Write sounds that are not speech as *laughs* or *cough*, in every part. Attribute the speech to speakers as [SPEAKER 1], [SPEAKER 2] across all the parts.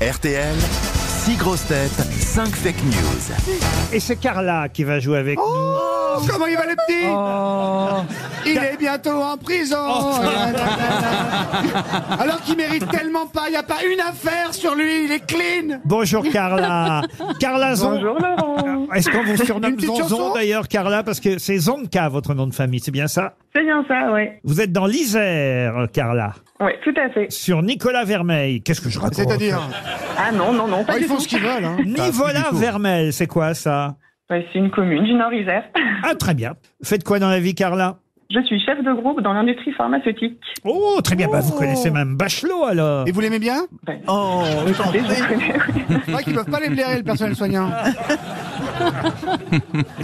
[SPEAKER 1] RTL, 6 grosses têtes, 5 fake news.
[SPEAKER 2] Et c'est Carla qui va jouer avec
[SPEAKER 3] Oh, comment il va le petit Il est bientôt en prison *laughs* Alors qu'il mérite tellement pas, il n'y a pas une affaire sur lui, il est clean
[SPEAKER 2] nous. Bonjour
[SPEAKER 3] *laughs*
[SPEAKER 2] Carla. Carla Zon.
[SPEAKER 4] Bonjour Laurent.
[SPEAKER 2] Est-ce qu'on vous
[SPEAKER 3] Une
[SPEAKER 2] surnomme
[SPEAKER 3] petite
[SPEAKER 2] Zonzon
[SPEAKER 3] chanson
[SPEAKER 2] d'ailleurs Carla parce que c'est Zonka votre nom de famille, c'est bien ça
[SPEAKER 4] *laughs* C'est bien ça, ouais.
[SPEAKER 2] Vous êtes dans l'Isère Carla,
[SPEAKER 4] Ouais, tout à fait.
[SPEAKER 2] sur Nicolas Vermeil. Qu'est-ce que je raconte
[SPEAKER 3] C'est-à-dire,
[SPEAKER 4] Ah non, non, non, pas
[SPEAKER 3] oh, ils
[SPEAKER 4] du
[SPEAKER 3] font
[SPEAKER 4] tout.
[SPEAKER 3] ce qu'ils veulent. hein.
[SPEAKER 2] Nicolas Vermeil, c'est quoi ça
[SPEAKER 4] Ouais, c'est une commune du Nord-Isère. *laughs*
[SPEAKER 2] Ah très bien. Faites quoi dans la vie Carla
[SPEAKER 4] Je suis chef de groupe dans l'industrie pharmaceutique.
[SPEAKER 2] Oh très bien, bah, vous
[SPEAKER 3] Oh.
[SPEAKER 2] connaissez même Bachelot alors.
[SPEAKER 3] Et vous l'aimez bien
[SPEAKER 4] Ouais.
[SPEAKER 3] Oh,
[SPEAKER 4] Et je connais- *laughs*
[SPEAKER 3] c'est vrai qu'ils peuvent pas les blairer, le personnel soignant.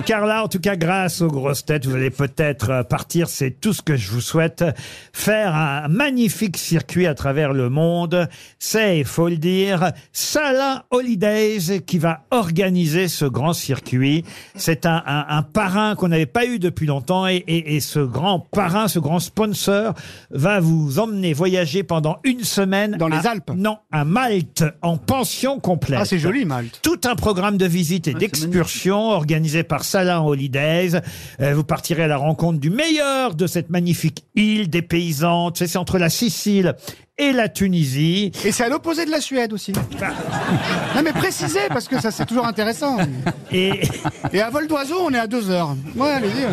[SPEAKER 2] Carla, en tout cas, grâce aux grosses têtes, vous allez peut-être euh, partir, c'est tout ce que je vous souhaite, faire un magnifique circuit à travers le monde. C'est, il faut le dire, Salin Holidays qui va organiser ce grand circuit. C'est un, un- un parrain qu'on n'avait pas eu depuis longtemps et, et- et ce grand parrain, ce grand sponsor va vous emmener voyager pendant une semaine.
[SPEAKER 3] Dans les
[SPEAKER 2] à-
[SPEAKER 3] Alpes
[SPEAKER 2] Non, à Malte, en pension complète.
[SPEAKER 3] Ah, c'est joli, Malte.
[SPEAKER 2] Tout un programme de visites et d'excursions organisé par Salin Holidays. Euh, vous partirez à la rencontre du meilleur de cette magnifique île des paysans. Tu sais, c'est entre la Sicile et la Tunisie.
[SPEAKER 3] Et c'est à l'opposé de la Suède aussi. Non mais précisez, parce que ça c'est toujours intéressant.
[SPEAKER 2] Et
[SPEAKER 3] Et à vol d'oiseau, on est à deux heures. Ouais, allez-y.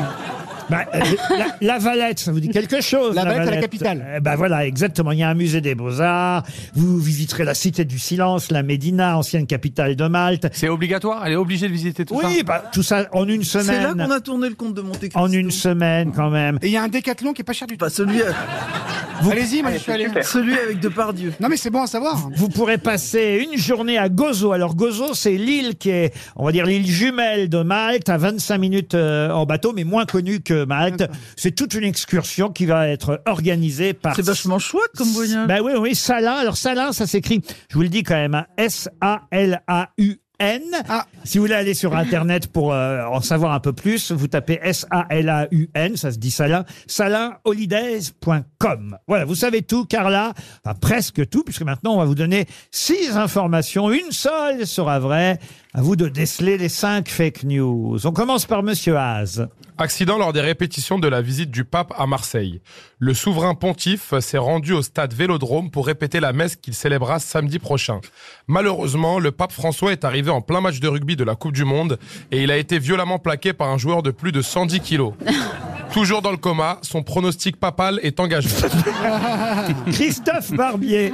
[SPEAKER 2] bah, euh, la, la Valette, ça vous dit quelque chose
[SPEAKER 3] La Valette, c'est la capitale.
[SPEAKER 2] Euh, bah voilà, exactement. Il y a un musée des beaux-arts. Vous visiterez la Cité du Silence, la Médina, ancienne capitale de Malte.
[SPEAKER 5] C'est obligatoire Elle est obligée de visiter tout ça
[SPEAKER 2] Oui, bah, tout ça en une
[SPEAKER 6] C'est là
[SPEAKER 2] semaine.
[SPEAKER 6] qu'on a tourné le compte de Monte Cristo.
[SPEAKER 2] En une semaine quand même.
[SPEAKER 3] Et il y a un décathlon qui est pas cher du tout.
[SPEAKER 6] Pas celui, euh,
[SPEAKER 3] Allez-y, moi je suis allé.
[SPEAKER 6] celui avec Depardieu.
[SPEAKER 3] Non mais c'est bon à savoir.
[SPEAKER 2] Vous pourrez passer une journée à Gozo. Alors Gozo, c'est l'île qui est, on va dire, l'île jumelle de Malte, à 25 minutes euh, en bateau, mais moins connue que Malte. C'est toute une excursion qui va être organisée par...
[SPEAKER 6] C'est vachement chouette comme voyage.
[SPEAKER 2] Ben oui, oui, Salin. Alors Salin, ça s'écrit, je vous le dis quand même, hein, S-A-L-A-U-N.
[SPEAKER 3] Ah.
[SPEAKER 2] Si vous voulez aller sur Internet pour euh, en savoir un peu plus, vous tapez S-A-L-A-U-N, ça se dit Salin, salinholidays.com. Voilà, vous savez tout, Carla, enfin presque tout, puisque maintenant on va vous donner six informations. Une seule sera vraie. À vous de déceler les cinq fake news. On commence par Monsieur Haas.
[SPEAKER 7] Accident lors des répétitions de la visite du pape à Marseille. Le souverain pontife s'est rendu au stade Vélodrome pour répéter la messe qu'il célébrera samedi prochain. Malheureusement, le pape François est arrivé en plein match de rugby de la Coupe du Monde et il a été violemment plaqué par un joueur de plus de 110 kilos. Toujours dans le coma, son pronostic papal est engagé.
[SPEAKER 2] Christophe Barbier.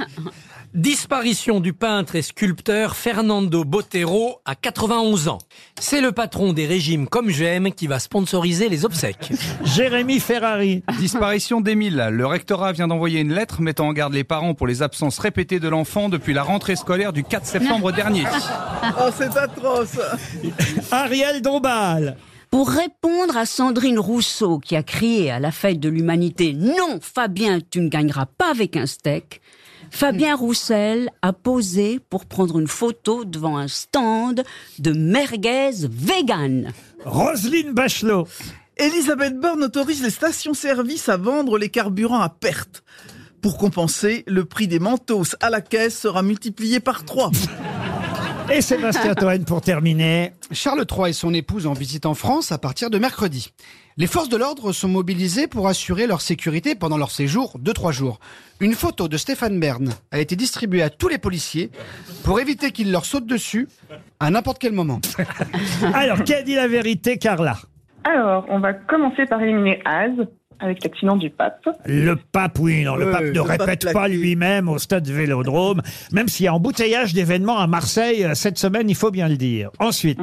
[SPEAKER 8] Disparition du peintre et sculpteur Fernando Botero à 91 ans. C'est le patron des régimes comme j'aime qui va sponsoriser les obsèques.
[SPEAKER 2] Jérémy Ferrari.
[SPEAKER 5] Disparition d'Émile. Le rectorat vient d'envoyer une lettre mettant en garde les parents pour les absences répétées de l'enfant depuis la rentrée scolaire du 4 *laughs* septembre dernier.
[SPEAKER 6] Oh, c'est atroce.
[SPEAKER 2] Ariel Dombal.
[SPEAKER 9] Pour répondre à Sandrine Rousseau qui a crié à la fête de l'humanité Non, Fabien, tu ne gagneras pas avec un steak. Fabien
[SPEAKER 3] Hmm.
[SPEAKER 9] Roussel a posé pour prendre une photo devant un stand de merguez vegan.
[SPEAKER 2] Roselyne Bachelot.
[SPEAKER 6] Elisabeth Borne autorise les stations-service à vendre les carburants à perte. Pour compenser, le prix des mentos à la caisse sera multiplié par 3.
[SPEAKER 2] Et Sébastien Toen pour terminer.
[SPEAKER 3] Charles III et son épouse en visite en France à partir de mercredi. Les forces de l'ordre sont mobilisées pour assurer leur sécurité pendant leur séjour de trois jours. Une photo de Stéphane Bern a été distribuée à tous les policiers pour éviter qu'ils leur sautent dessus à n'importe quel moment.
[SPEAKER 2] Alors, qui a dit la vérité, Carla
[SPEAKER 4] Alors, on va commencer par éliminer Az avec l'accident du pape.
[SPEAKER 2] Le pape, oui, non, le
[SPEAKER 3] Ouais,
[SPEAKER 2] pape ne
[SPEAKER 3] le
[SPEAKER 6] pape
[SPEAKER 2] répète
[SPEAKER 6] plaqué.
[SPEAKER 2] pas lui-même au stade Vélodrome, même s'il y a embouteillage d'événements à Marseille euh, cette semaine, il faut bien le dire. Ensuite,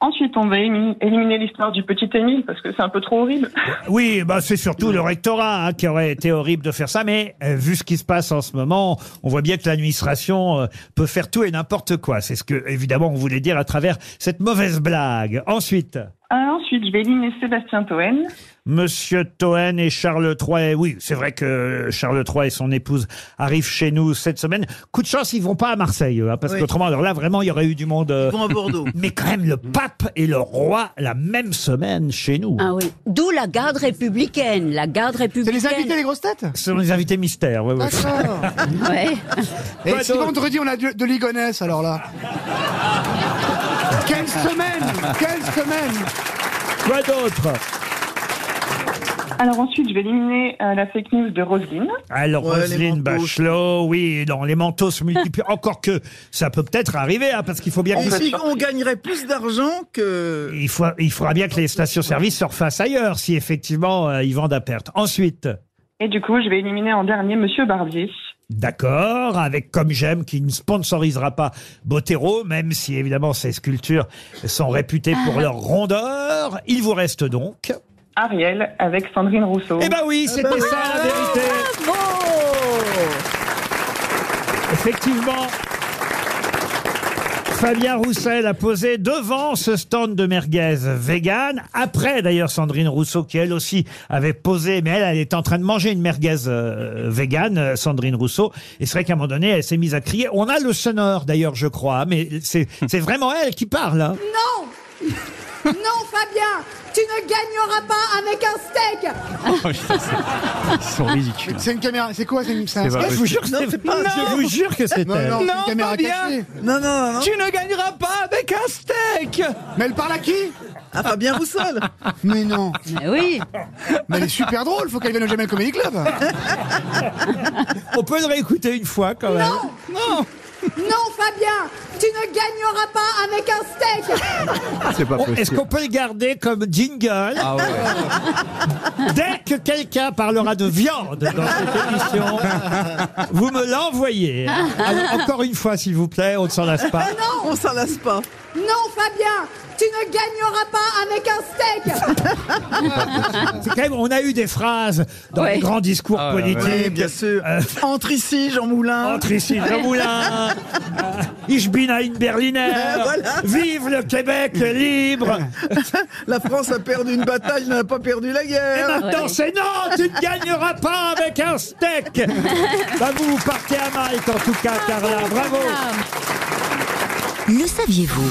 [SPEAKER 4] Ensuite, on va émi- éliminer l'histoire du petit Émile parce que c'est un peu trop horrible. *laughs*
[SPEAKER 2] oui, bah, c'est surtout le rectorat hein, qui aurait été horrible de faire ça, mais euh, vu ce qui se passe en ce moment, on voit bien que l'administration euh, peut faire tout et n'importe quoi. C'est ce que, évidemment, on voulait dire à travers cette mauvaise blague. Ensuite,
[SPEAKER 4] Alors, suite, Euh, je vais éliminer Sébastien Toen.
[SPEAKER 2] Monsieur Toen et Charles III. Oui, c'est vrai que Charles III et son épouse arrivent chez nous cette semaine. Coup de chance, ils vont pas à Marseille, eux, hein, parce
[SPEAKER 6] Oui.
[SPEAKER 2] qu'autrement, alors là, vraiment, il y aurait eu du monde. euh,
[SPEAKER 6] Ils vont à Bordeaux.
[SPEAKER 2] Mais quand même, le
[SPEAKER 6] Mm.
[SPEAKER 2] pape et le roi la même semaine chez nous.
[SPEAKER 9] Ah oui. D'où la garde républicaine. La garde
[SPEAKER 3] C'est les
[SPEAKER 9] républicaine.
[SPEAKER 3] invités, les grosses têtes
[SPEAKER 2] Ce sont les invités mystères. ouais, ouais.
[SPEAKER 6] Ah,
[SPEAKER 3] D'accord.
[SPEAKER 9] Ouais.
[SPEAKER 3] *laughs* Et
[SPEAKER 2] Pas
[SPEAKER 3] si
[SPEAKER 2] d'autres.
[SPEAKER 3] vendredi on a de, de l'igonesse alors là Quelle *laughs* semaine Quelle semaine
[SPEAKER 2] Quoi d'autre
[SPEAKER 4] Alors ensuite, je vais éliminer euh, la fake news de Roselyne.
[SPEAKER 2] Alors,
[SPEAKER 6] Ouais, les
[SPEAKER 2] Roselyne
[SPEAKER 6] manteaux.
[SPEAKER 2] Bachelot, oui, dans les manteaux se multiplient. Encore que ça peut peut-être arriver, hein, parce qu'il faut bien
[SPEAKER 6] Et
[SPEAKER 2] que
[SPEAKER 6] si on gagnerait plus d'argent que.
[SPEAKER 2] Il, faut, il faudra bien que les stations-service se refassent ailleurs si effectivement euh, ils vendent à perte. Ensuite,
[SPEAKER 4] Et du coup, je vais éliminer en dernier Monsieur Barbier.
[SPEAKER 2] d'accord, avec Comme J'aime qui ne sponsorisera pas Botero, même si évidemment ses sculptures sont réputées pour leur rondeur. Il vous reste donc.
[SPEAKER 4] Ariel avec Sandrine Rousseau.
[SPEAKER 2] Eh ben oui, c'était
[SPEAKER 6] ben
[SPEAKER 2] ça la vérité. Effectivement. Fabien Roussel a posé devant ce stand de merguez vegan. Après, d'ailleurs, Sandrine Rousseau, qui elle aussi avait posé, mais elle, elle était en train de manger une merguez euh, vegan, euh, Sandrine Rousseau. Et c'est vrai qu'à un moment donné, elle s'est mise à crier. On a le sonore, d'ailleurs, je crois, hein, mais c'est c'est vraiment elle qui parle. hein.
[SPEAKER 10] Non Non, Fabien Tu ne gagneras pas avec un steak
[SPEAKER 5] Ils sont ridicules.
[SPEAKER 3] C'est une caméra, c'est quoi C'est une c'est un
[SPEAKER 5] C'est pas
[SPEAKER 3] sketch
[SPEAKER 2] Je vous jure que
[SPEAKER 6] Non,
[SPEAKER 2] c'est-
[SPEAKER 6] c'est pas-
[SPEAKER 2] je vous jure que c'est
[SPEAKER 3] Non,
[SPEAKER 2] elle.
[SPEAKER 3] non, c'est une
[SPEAKER 5] Non,
[SPEAKER 3] caméra
[SPEAKER 5] Fabien.
[SPEAKER 3] cachée.
[SPEAKER 6] Non, non, non, non.
[SPEAKER 5] Tu ne gagneras pas avec un steak
[SPEAKER 3] Mais elle parle à qui
[SPEAKER 6] À Ah, Fabien Roussel.
[SPEAKER 3] *laughs* Mais non
[SPEAKER 9] Mais oui.
[SPEAKER 3] Mais elle est super drôle, faut qu'elle vienne au Jamel Comedy Club
[SPEAKER 2] On peut le réécouter une fois quand même.
[SPEAKER 10] Non, Fabien Tu ne gagneras pas avec un steak
[SPEAKER 5] C'est pas
[SPEAKER 2] Oh, Est-ce qu'on peut le garder comme jingle
[SPEAKER 5] Ah ouais.
[SPEAKER 2] *laughs* Dès que quelqu'un parlera de viande dans cette émission, vous me l'envoyez. Alors, encore une fois, s'il vous plaît, on ne s'en lasse pas.
[SPEAKER 6] Non, on s'en lasse pas.
[SPEAKER 10] Non, Fabien Tu ne gagneras pas avec un steak
[SPEAKER 2] *laughs* C'est quand même, on a eu des phrases dans les
[SPEAKER 9] Ouais.
[SPEAKER 2] grands discours
[SPEAKER 5] Ah ouais, ouais.
[SPEAKER 2] politiques.
[SPEAKER 6] Oui, Eh, bien sûr.
[SPEAKER 2] Euh,
[SPEAKER 6] Entre ici, Jean Moulin.
[SPEAKER 2] Entre ici, le
[SPEAKER 5] *laughs*
[SPEAKER 2] moulin. euh, Ich bin ein Berliner.
[SPEAKER 6] Ouais, voilà.
[SPEAKER 2] Vive le Québec libre.
[SPEAKER 6] La France a perdu une bataille, n'a pas perdu la
[SPEAKER 2] Et
[SPEAKER 6] guerre.
[SPEAKER 2] maintenant,
[SPEAKER 9] Ouais.
[SPEAKER 2] c'est non, tu ne gagneras pas avec un steak. bah, vous, vous partez à Malte, en tout cas, Carla. Bravo.
[SPEAKER 11] Le saviez-vous